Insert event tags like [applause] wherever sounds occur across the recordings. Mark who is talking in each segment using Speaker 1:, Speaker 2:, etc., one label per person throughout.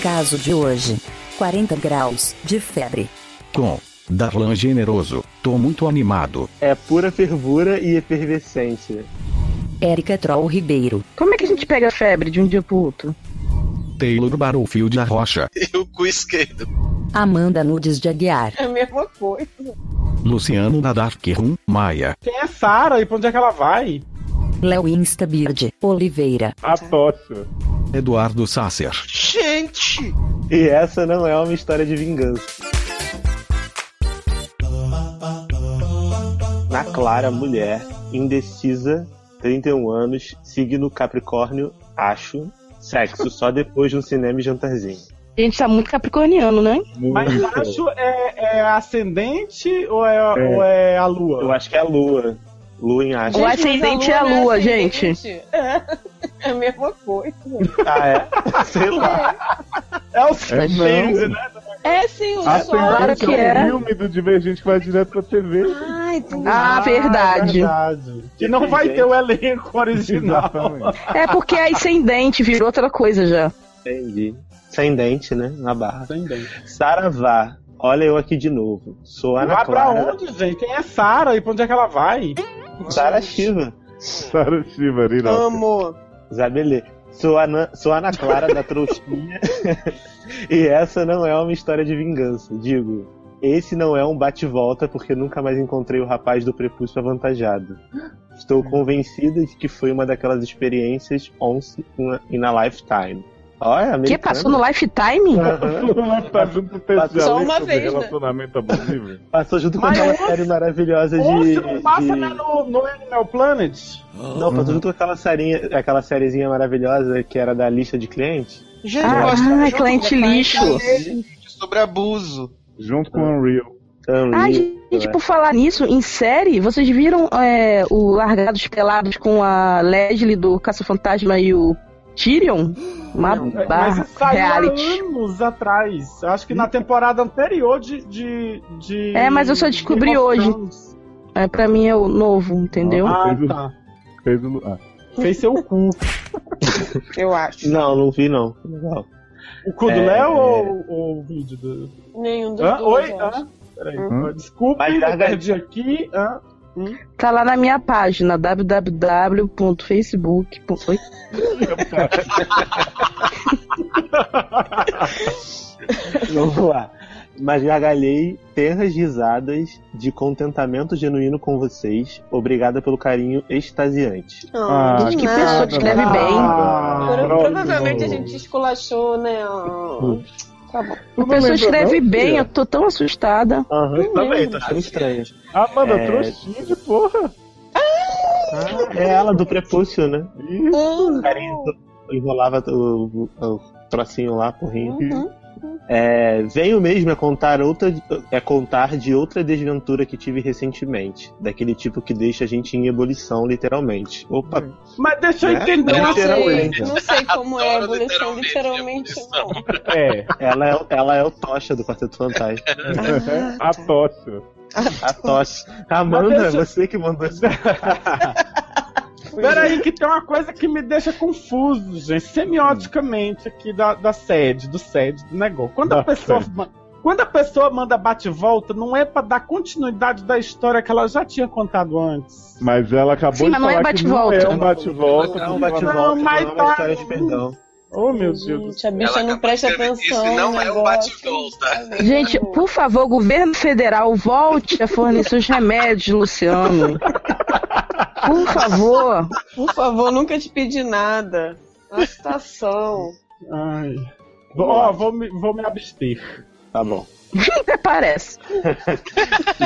Speaker 1: caso de hoje. 40 graus de febre.
Speaker 2: Com Darlan Generoso, tô muito animado.
Speaker 3: É pura fervura e efervescência.
Speaker 1: Érica Troll Ribeiro.
Speaker 4: Como é que a gente pega febre de um dia pro outro?
Speaker 2: Taylor Battlefield da Rocha.
Speaker 5: E o cu esquerdo.
Speaker 1: Amanda Nudes de Aguiar.
Speaker 6: É a mesma coisa.
Speaker 2: Luciano da Dark Room, Maia.
Speaker 7: Quem é Sara e pra onde é que ela vai?
Speaker 1: Léo Instabird, Oliveira.
Speaker 7: A tosse.
Speaker 2: Eduardo Sasser.
Speaker 5: Gente!
Speaker 3: E essa não é uma história de vingança. Na Clara, mulher, indecisa, 31 anos, signo Capricórnio, acho, sexo só depois de um cinema e jantarzinho.
Speaker 4: A gente tá muito capricorniano, né?
Speaker 7: Mas acho é, é ascendente ou é, ou é a lua?
Speaker 3: Eu acho que é a lua. Lua em acho.
Speaker 4: O ascendente é a lua, gente.
Speaker 6: né, É, [laughs] é a mesma coisa.
Speaker 3: Ah, é? [laughs] Sei lá.
Speaker 7: É o Sérgio, né?
Speaker 6: É sim, o
Speaker 8: Ascendente
Speaker 6: sol.
Speaker 4: claro que
Speaker 8: é
Speaker 4: é.
Speaker 8: um filme do Divergente que vai direto pra TV.
Speaker 6: Ai, tu...
Speaker 4: Ah, verdade.
Speaker 7: verdade. E não vai ter o elenco original.
Speaker 8: Exatamente.
Speaker 4: É porque é ascendente, virou outra coisa já.
Speaker 3: Entendi. Sem dente, né? Na barra. Saravá. Olha eu aqui de novo. Sou Ana
Speaker 7: Vai pra
Speaker 3: Clara.
Speaker 7: onde, gente? Quem é Sara e pra onde é que ela vai?
Speaker 3: Sara Shiva.
Speaker 8: Sara Shiva, Rina.
Speaker 6: Amo.
Speaker 3: Zabelê. Sou, Ana, sou Ana Clara da Trouxinha. [laughs] e essa não é uma história de vingança. Digo, esse não é um bate-volta porque nunca mais encontrei o rapaz do prepúcio avantajado. Estou convencida de que foi uma daquelas experiências once in a lifetime. Olha,
Speaker 4: Que
Speaker 3: americana.
Speaker 4: passou no Lifetime?
Speaker 3: Aham.
Speaker 8: Tá junto com o texto de
Speaker 6: Só
Speaker 8: Alex
Speaker 6: uma
Speaker 8: sobre
Speaker 6: vez, né?
Speaker 8: relacionamento abusivo.
Speaker 3: Passou junto com
Speaker 7: Mas
Speaker 3: aquela
Speaker 7: once-
Speaker 3: série maravilhosa
Speaker 7: Ou
Speaker 3: de.
Speaker 7: se não passa
Speaker 3: de-
Speaker 7: né, no, no Animal Planet?
Speaker 3: Não, passou junto com aquela, serinha, aquela sériezinha maravilhosa que era da lista de clientes.
Speaker 5: Gente,
Speaker 4: Ah,
Speaker 5: eu gosto de
Speaker 4: ah, cliente lixo.
Speaker 5: sobre abuso.
Speaker 8: Junto com Unreal.
Speaker 3: Unreal,
Speaker 4: Ai,
Speaker 8: é.
Speaker 4: gente, por falar nisso, em série, vocês viram é, o Largados Pelados com a Leslie do Caça Fantasma e o Tyrion? Uma
Speaker 7: Mas
Speaker 4: barra
Speaker 7: isso
Speaker 8: é
Speaker 7: saiu
Speaker 4: reality.
Speaker 7: há anos atrás. Acho que na temporada anterior de. de, de-
Speaker 4: É, mas eu só descobri
Speaker 7: Game of
Speaker 4: hoje.
Speaker 7: Thrones.
Speaker 4: É, pra mim é o novo, entendeu?
Speaker 8: Ah.
Speaker 7: Ah, tá.
Speaker 8: Fez o... ah,
Speaker 7: Fez seu cu.
Speaker 6: Eu acho.
Speaker 3: Não, não vi não. Legal.
Speaker 7: O cu do
Speaker 3: É.
Speaker 7: Léo ou, ou o vídeo do.
Speaker 6: Nenhum dos
Speaker 7: Hã?
Speaker 6: dois.
Speaker 7: Oi?
Speaker 6: eu acho.
Speaker 7: Hã? Peraí.
Speaker 8: Hum?
Speaker 7: Desculpe,
Speaker 3: Mas
Speaker 7: eu
Speaker 3: larga-
Speaker 7: perdi aqui. Hã?
Speaker 4: Tá lá na minha página, www.facebook. Oi?
Speaker 3: Vamos lá. Mas gargalhei terras risadas de contentamento genuíno com vocês. Obrigada pelo carinho extasiante.
Speaker 6: Ah,
Speaker 8: Ah,
Speaker 6: do
Speaker 4: que
Speaker 6: nada.
Speaker 4: pessoa que escreve bem.
Speaker 7: Ah,
Speaker 6: Pro-
Speaker 7: Próximo.
Speaker 6: Provavelmente a gente esculachou, né? Tá bom.
Speaker 4: A pessoa escreve bem, eu tô tão assustada.
Speaker 3: Aham,
Speaker 6: também,
Speaker 3: tô achando estranho.
Speaker 7: Ah,
Speaker 8: Amanda,
Speaker 3: É.
Speaker 8: trouxinha de porra.
Speaker 3: É ela do prepúcio, né?
Speaker 8: Ih,
Speaker 6: um,
Speaker 3: O carinha enrolava o, o, o trocinho lá, porrinho.
Speaker 6: Uhum.
Speaker 3: É, venho mesmo a contar outra, é contar de outra desventura que tive recentemente, daquele tipo que deixa a gente em ebulição, literalmente. Opa,
Speaker 4: Uhum.
Speaker 7: Mas deixa eu
Speaker 4: É.
Speaker 3: Né?
Speaker 7: entender.
Speaker 6: Não,
Speaker 3: Literalmente.
Speaker 6: sei, não sei como é a
Speaker 5: Adoro
Speaker 6: evolução
Speaker 5: literalmente,
Speaker 6: literalmente, não.
Speaker 7: É.
Speaker 3: ela é, ela é o Tocha do Quarteto Fantástico.
Speaker 8: a tosse.
Speaker 3: A Tocha. Amanda,
Speaker 7: Mas deixa-
Speaker 3: você que mandou isso.
Speaker 7: Peraí, que tem uma coisa que me deixa confuso, gente, semioticamente aqui da, da sede, do sede, do negócio. Quando a
Speaker 8: Da
Speaker 7: pessoa.
Speaker 8: sede.
Speaker 7: ma- Quando a pessoa manda bate-volta, não é pra dar continuidade da história que ela já tinha contado antes.
Speaker 8: Mas ela acabou
Speaker 4: Sim,
Speaker 8: de
Speaker 4: mas não é
Speaker 8: falar que não
Speaker 4: bate-volta.
Speaker 8: é um bate-volta.
Speaker 3: Não,
Speaker 8: porque
Speaker 3: bate
Speaker 8: ela-
Speaker 3: volta, não,
Speaker 7: mas
Speaker 3: é uma
Speaker 7: tá-
Speaker 3: história de perdão.
Speaker 7: Oh, meu Deus. do
Speaker 6: Gente, a bicha não
Speaker 5: acabou
Speaker 6: presta
Speaker 5: de escrever
Speaker 6: atenção.
Speaker 5: isso e não é um
Speaker 6: negócio.
Speaker 5: bate-volta.
Speaker 4: Gente, por favor, governo federal, volte a fornecer os remédios, Luciano. Por favor.
Speaker 6: Por favor, nunca te pedi nada. Uma situação.
Speaker 7: céu. Ai. Vou- Ó, vou, me, vou me abster. [laughs]
Speaker 3: Tá bom.
Speaker 4: Até parece.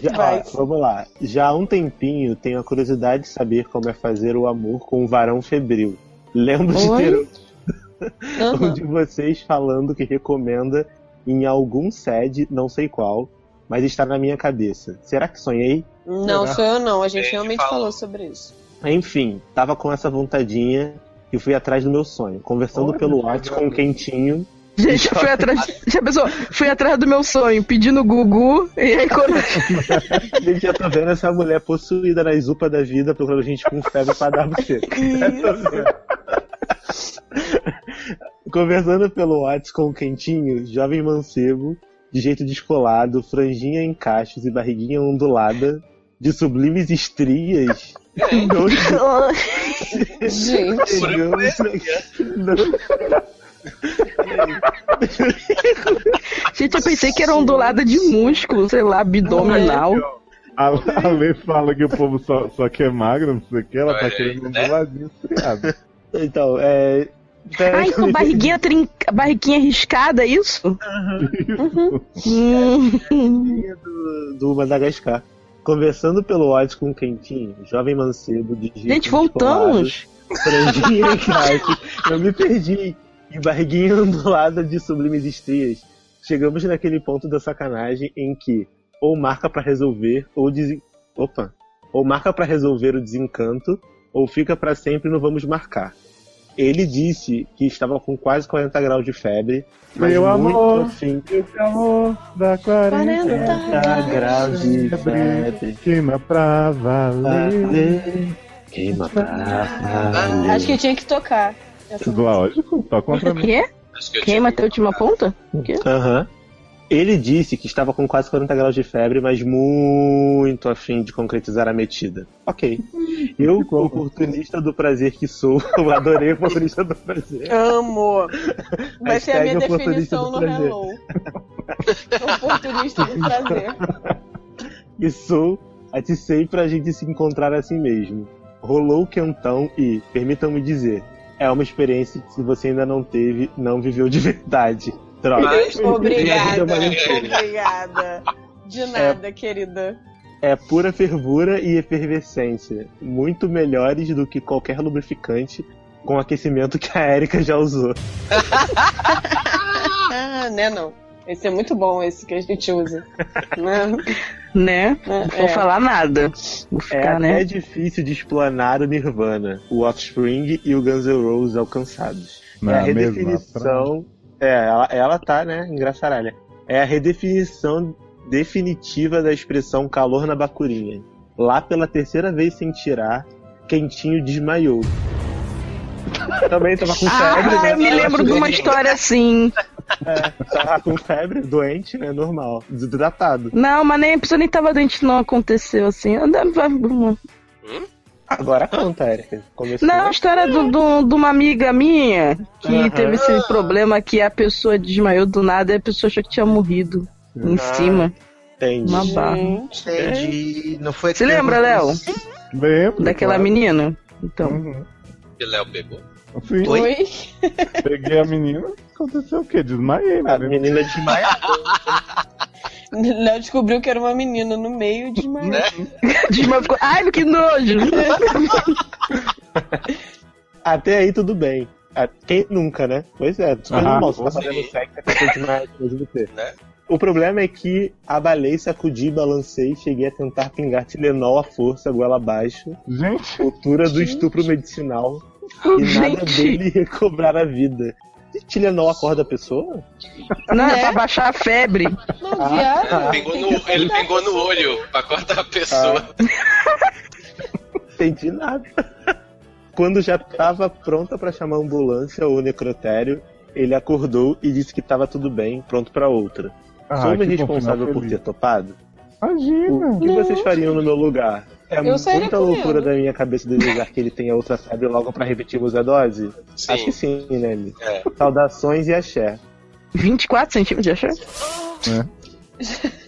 Speaker 3: Já- ó, vamos lá. Já há um tempinho tenho a curiosidade de saber como é fazer o amor com um varão febril. Lembro de
Speaker 4: Oi?
Speaker 3: ter um
Speaker 6: Aham.
Speaker 3: de vocês falando que recomenda em algum sede, não sei qual, mas está na minha cabeça. Será que sonhei?
Speaker 6: Não, sou eu não. A gente
Speaker 5: Ele
Speaker 6: realmente
Speaker 5: falou.
Speaker 6: falou sobre isso.
Speaker 3: Enfim, tava com essa vontadinha e fui atrás do meu sonho, conversando
Speaker 7: Olha,
Speaker 3: pelo WhatsApp com o Quentinho.
Speaker 4: Gente, fui atrás. Já pensou? Fui atrás do meu sonho, pedindo Gugu. E aí quando.
Speaker 3: [laughs] Gente, eu tô vendo essa mulher possuída na zupa da vida procurando gente com febre pra dar você. Conversando pelo Whats com o Quentinho, jovem mancebo, de jeito descolado, franjinha em cachos e barriguinha ondulada, de sublimes estrias, nós
Speaker 6: Gente,
Speaker 3: chegamos, nós-
Speaker 4: Gente, eu pensei que era ondulada de músculo, sei lá, abdominal.
Speaker 7: A, a Lê fala que o povo só, só quer magro, não sei o que, ela tá
Speaker 9: É,
Speaker 7: querendo um
Speaker 9: né?
Speaker 7: boladinho estriado.
Speaker 3: Então, é.
Speaker 4: Ah,
Speaker 3: [laughs]
Speaker 4: então barriguinha trinca, barriguinha riscada, é isso? Uhum. Hum.
Speaker 3: do, do Madagascar. Conversando pelo Whats com o Quentinho, jovem mancebo, de jeito
Speaker 4: Gente,
Speaker 3: descolado,
Speaker 4: voltamos.
Speaker 3: franjinha em cachos. Eu me perdi. E barriguinha ondulada de sublimes estrias. Chegamos naquele ponto da sacanagem em que ou marca pra resolver ou desen... Opa. Ou marca pra resolver o desencanto ou fica pra sempre e não vamos marcar. Ele disse que estava com quase 40 graus de febre, mas
Speaker 7: Meu
Speaker 3: muito
Speaker 7: amor.
Speaker 3: afim.
Speaker 7: E o calor da 40
Speaker 6: 40
Speaker 3: graus de febre.
Speaker 7: queima pra valer.
Speaker 3: Queima pra
Speaker 6: Acho que tinha que tocar. Essa
Speaker 7: Lógico, só contra mim.
Speaker 4: Quê?
Speaker 9: Acho que eu
Speaker 4: Queima
Speaker 9: tinha-
Speaker 4: até a última ponta?
Speaker 3: Aham. Ele disse que estava com quase 40 graus de febre, mas muito afim de concretizar a metida. Ok. Eu, oportunista do prazer que sou, [laughs] eu adorei oportunista do prazer.
Speaker 6: Amo! Vai ser a minha
Speaker 3: Hashtag oportunista
Speaker 6: definição
Speaker 3: do
Speaker 6: no
Speaker 3: prazer.
Speaker 6: Hello. Oportunista do prazer.
Speaker 3: E sou, aticei pra gente se encontrar assim mesmo. Rolou o quentão e, permitam-me dizer, é uma experiência que se você ainda não teve, não viveu de verdade. [laughs] Droga.
Speaker 9: Mas-
Speaker 6: Obrigada.
Speaker 9: Obrigada.
Speaker 6: Obrigada. De nada, querida.
Speaker 3: É pura fervura e efervescência, muito melhores do que qualquer lubrificante com aquecimento que a Erika já usou.
Speaker 6: Ah, né não. Esse é muito bom, esse que a gente usa. Né?
Speaker 4: Né? Não vou
Speaker 6: É.
Speaker 4: falar nada. Vou
Speaker 3: É
Speaker 4: ficar,
Speaker 3: até
Speaker 4: né?
Speaker 3: difícil de explanar o Nirvana, o Offspring e o Guns N' Roses alcançados.
Speaker 7: Na
Speaker 3: é a
Speaker 7: mesma
Speaker 3: redefinição. É, ela, ela tá, né? Engraçaralha. É a redefinição definitiva da expressão calor na bacurinha. Lá pela terceira vez sem tirar, Quentinho
Speaker 4: [laughs]
Speaker 3: desmaiou. Também tava com febre,
Speaker 4: Ah,
Speaker 3: né?
Speaker 4: eu me lembro de uma história assim.
Speaker 3: Tava Tá com febre, doente, né? Normal. Desidratado.
Speaker 4: Não, mas nem a pessoa nem tava doente, não aconteceu assim.
Speaker 3: Agora conta, Erika. Começou.
Speaker 4: Não, a história do- do- de uma amiga minha que
Speaker 3: Aham.
Speaker 4: teve esse problema que a pessoa desmaiou do nada e a pessoa achou que tinha morrido em
Speaker 3: Ah.
Speaker 4: cima.
Speaker 3: Entendi.
Speaker 4: Uma barra.
Speaker 9: Entendi. Não foi
Speaker 4: Você
Speaker 9: até
Speaker 4: lembra,
Speaker 9: você.
Speaker 4: Léo?
Speaker 7: Lembro.
Speaker 4: Daquela
Speaker 7: claro.
Speaker 4: menina? Então. [laughs]
Speaker 9: Que Léo pegou.
Speaker 7: Sim,
Speaker 9: Oi?
Speaker 6: Oi?
Speaker 7: Assim, peguei a menina. Aconteceu o quê? Desmaiei,
Speaker 3: A
Speaker 7: né?
Speaker 3: menina desmaiou.
Speaker 6: [laughs] Léo descobriu que era uma menina no meio de uma.
Speaker 7: [laughs] Né?
Speaker 4: Desmaiou, ficou, Ai, que nojo! [laughs]
Speaker 3: Até aí tudo bem. Ah, Quem nunca, né? Pois é, super
Speaker 7: Ah,
Speaker 3: normal. Você tá
Speaker 9: sim.
Speaker 3: fazendo sexo, a pessoa desmaia atrás de você.
Speaker 9: Né?
Speaker 3: O problema é que abalei, sacudi, balancei, cheguei a tentar pingar Tilenol à força, goela abaixo,
Speaker 7: Gente,
Speaker 3: cultura do estupro medicinal, e nada
Speaker 4: Gente.
Speaker 3: dele [laughs] recobrar a vida. E Tilenol acorda a pessoa?
Speaker 4: Não, é
Speaker 6: Né?
Speaker 4: pra baixar a febre.
Speaker 6: Não, viado.
Speaker 7: Ah,
Speaker 9: Pingou
Speaker 6: tem
Speaker 9: no,
Speaker 6: que
Speaker 9: ele
Speaker 6: acordar.
Speaker 9: pingou no olho pra cortar a pessoa.
Speaker 3: Entendi nada. [laughs] Quando já tava pronta pra chamar a ambulância ou o necrotério, ele acordou e disse que tava tudo bem, pronto pra outra.
Speaker 7: ah,
Speaker 3: Sou
Speaker 7: que
Speaker 3: me
Speaker 7: bom,
Speaker 3: responsável
Speaker 7: final
Speaker 3: por ter
Speaker 7: feliz.
Speaker 3: topado? O
Speaker 7: Imagina.
Speaker 3: que vocês fariam no meu lugar? É
Speaker 6: Eu sairia
Speaker 3: muita
Speaker 6: com
Speaker 3: loucura
Speaker 6: ele.
Speaker 3: da minha cabeça desejar que ele tenha outra febre logo pra repetirmos a dose? Acho
Speaker 9: Sim.
Speaker 3: que sim, né, Eli?
Speaker 9: É.
Speaker 3: Saudações e axé.
Speaker 4: 24 centímetros de achar?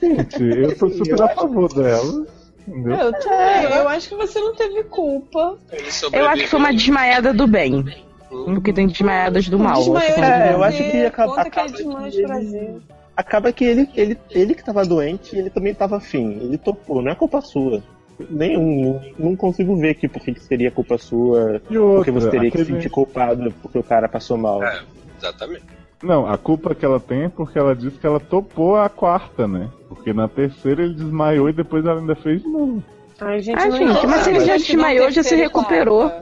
Speaker 7: Gente, eu
Speaker 3: [laughs]
Speaker 7: sou super a favor dela. Entendeu?
Speaker 6: Eu também. É, Eu acho que você não teve culpa.
Speaker 9: Ele
Speaker 4: Eu
Speaker 9: sobreviveu.
Speaker 4: acho que foi uma desmaiada do bem. Porque tem desmaiadas do mal. assim, né?
Speaker 6: Desmaiou de
Speaker 3: É, eu
Speaker 6: prazer.
Speaker 3: acho que acaba-
Speaker 6: Conta que ele
Speaker 3: acaba
Speaker 6: desmaiou
Speaker 3: que
Speaker 6: de prazer.
Speaker 3: Acaba que ele, ele, ele que tava doente, ele também tava afim. Ele topou, não é culpa sua. Nenhum. Não consigo ver aqui porque que seria culpa sua.
Speaker 7: E outra,
Speaker 3: Porque você teria que se
Speaker 7: aquele-
Speaker 3: sentir culpado porque o cara passou mal.
Speaker 9: É. Exatamente.
Speaker 7: Não, a culpa que ela tem é porque ela disse que ela topou a quarta, né? Porque na terceira ele desmaiou e depois ela ainda fez de novo.
Speaker 6: Ai, gente,
Speaker 4: Ai,
Speaker 6: não é
Speaker 4: gente,
Speaker 6: entendo
Speaker 4: mas se ele
Speaker 6: essa
Speaker 4: já
Speaker 6: gente não
Speaker 4: desmaiou, já se
Speaker 6: terceirizar.
Speaker 4: recuperou.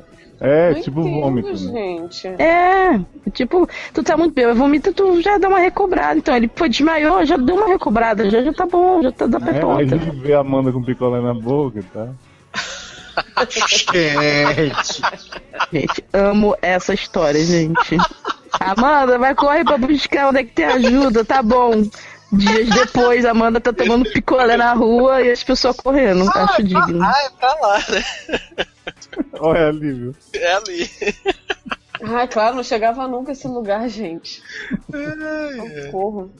Speaker 7: É,
Speaker 6: Não
Speaker 7: tipo
Speaker 6: entendo,
Speaker 7: vômito, né?
Speaker 6: gente.
Speaker 4: É, tipo, tu tá muito bem, vomita, tu já dá uma recobrada. Então ele pô, desmaiou, já deu uma recobrada, já, já tá bom, já tá dá pra
Speaker 7: É,
Speaker 4: ponta.
Speaker 7: aí ele vê a Amanda com picolé na boca, tá?
Speaker 9: Gente.
Speaker 4: Gente, amo essa história, gente. Amanda, vai correr pra buscar onde é que tem ajuda, tá bom. Dias depois, Amanda tá tomando picolé na rua e as pessoas correndo.
Speaker 6: tá.
Speaker 4: Acho digno.
Speaker 9: Ah, é pra lá, né?
Speaker 7: Olha, alívio.
Speaker 9: É ali.
Speaker 6: Ah, claro, não chegava nunca esse lugar, gente. Socorro.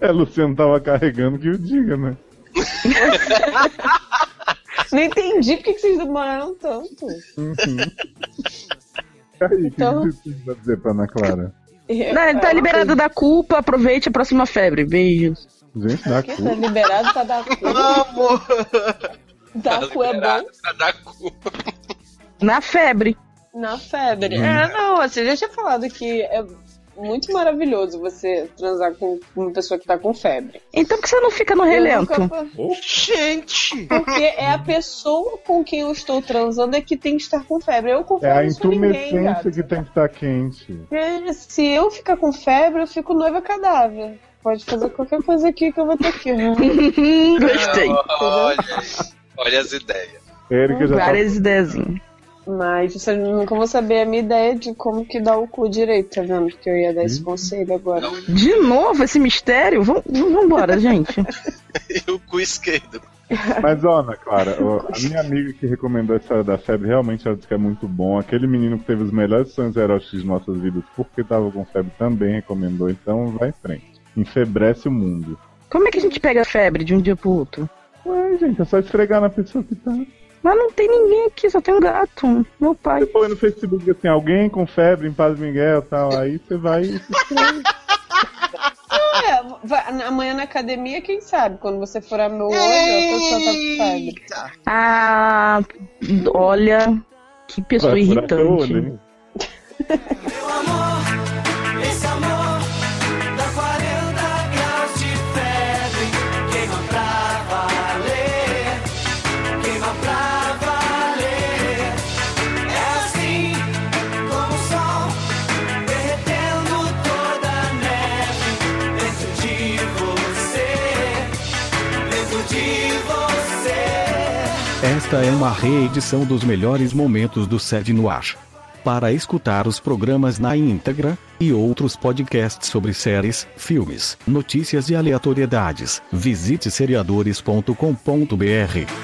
Speaker 7: É, Luciano tava carregando que o diga, né?
Speaker 6: Não entendi por que que vocês demoraram tanto.
Speaker 7: Aí,
Speaker 6: Então-
Speaker 7: que isso vai dizer pra Ana Clara?
Speaker 4: Não, ele tá liberado da culpa, aproveite a próxima febre. Beijos.
Speaker 7: Gente, dá
Speaker 6: Quem tá
Speaker 7: cu.
Speaker 6: liberado
Speaker 7: [laughs]
Speaker 6: tá da cu.
Speaker 9: Amor! Tá
Speaker 6: Da cu é bom
Speaker 9: Pra dar cu.
Speaker 4: Na febre.
Speaker 6: na febre.
Speaker 7: Hum.
Speaker 6: É, não, assim, já tinha falado que é muito maravilhoso você transar com uma pessoa que tá com febre.
Speaker 4: Então por que você não fica no
Speaker 6: Eu
Speaker 4: relento?
Speaker 6: nunca-
Speaker 9: Gente!
Speaker 6: Porque é a pessoa com quem eu estou transando é que tem que estar com febre. Eu
Speaker 7: É a
Speaker 4: tá
Speaker 6: confesso isso a ninguém,
Speaker 7: intumescência
Speaker 6: gato.
Speaker 7: que tem que estar quente.
Speaker 6: Porque Se eu ficar com febre, eu fico noiva cadáver. Pode fazer qualquer coisa aqui que eu vou ter que.
Speaker 4: Hum, Gostei.
Speaker 6: Tá
Speaker 9: Olha, olha as ideias.
Speaker 7: Érica já tá
Speaker 4: Várias ideias.
Speaker 6: Mas vocês nunca vão saber a minha ideia de como que dá o cu direito, tá vendo? Porque eu ia dar
Speaker 7: Hum.
Speaker 6: esse conselho agora.
Speaker 4: De novo esse mistério? Vamos embora, gente.
Speaker 9: E o cu esquerdo.
Speaker 7: Mas, ó, Ana Clara, ó, a minha amiga que recomendou a história da febre, realmente ela disse que é muito bom. Aquele menino que teve os melhores sonhos eróticos de nossas vidas, porque tava com febre, também recomendou. Então, vai em frente. Enfebrece o mundo.
Speaker 4: Como é que a gente pega febre de um dia pro outro?
Speaker 7: Ué, gente, é só esfregar na pessoa que tá.
Speaker 4: Mas não tem ninguém aqui, só tem um gato. Meu pai.
Speaker 7: Você põe no Facebook assim, alguém com febre em Padre Miguel e tal, aí você vai e se escreve.
Speaker 6: É, vai- amanhã na academia, quem sabe? Quando você for a meu olho, a pessoa tá com febre.
Speaker 4: Ah, olha. Que pessoa
Speaker 7: Vai né? furar seu
Speaker 4: irritante.
Speaker 7: olho, hein?
Speaker 2: Esta é uma reedição dos melhores momentos do SED no ar. Para escutar os programas na íntegra, e outros podcasts sobre séries, filmes, notícias e aleatoriedades, visite seriadores.com.br.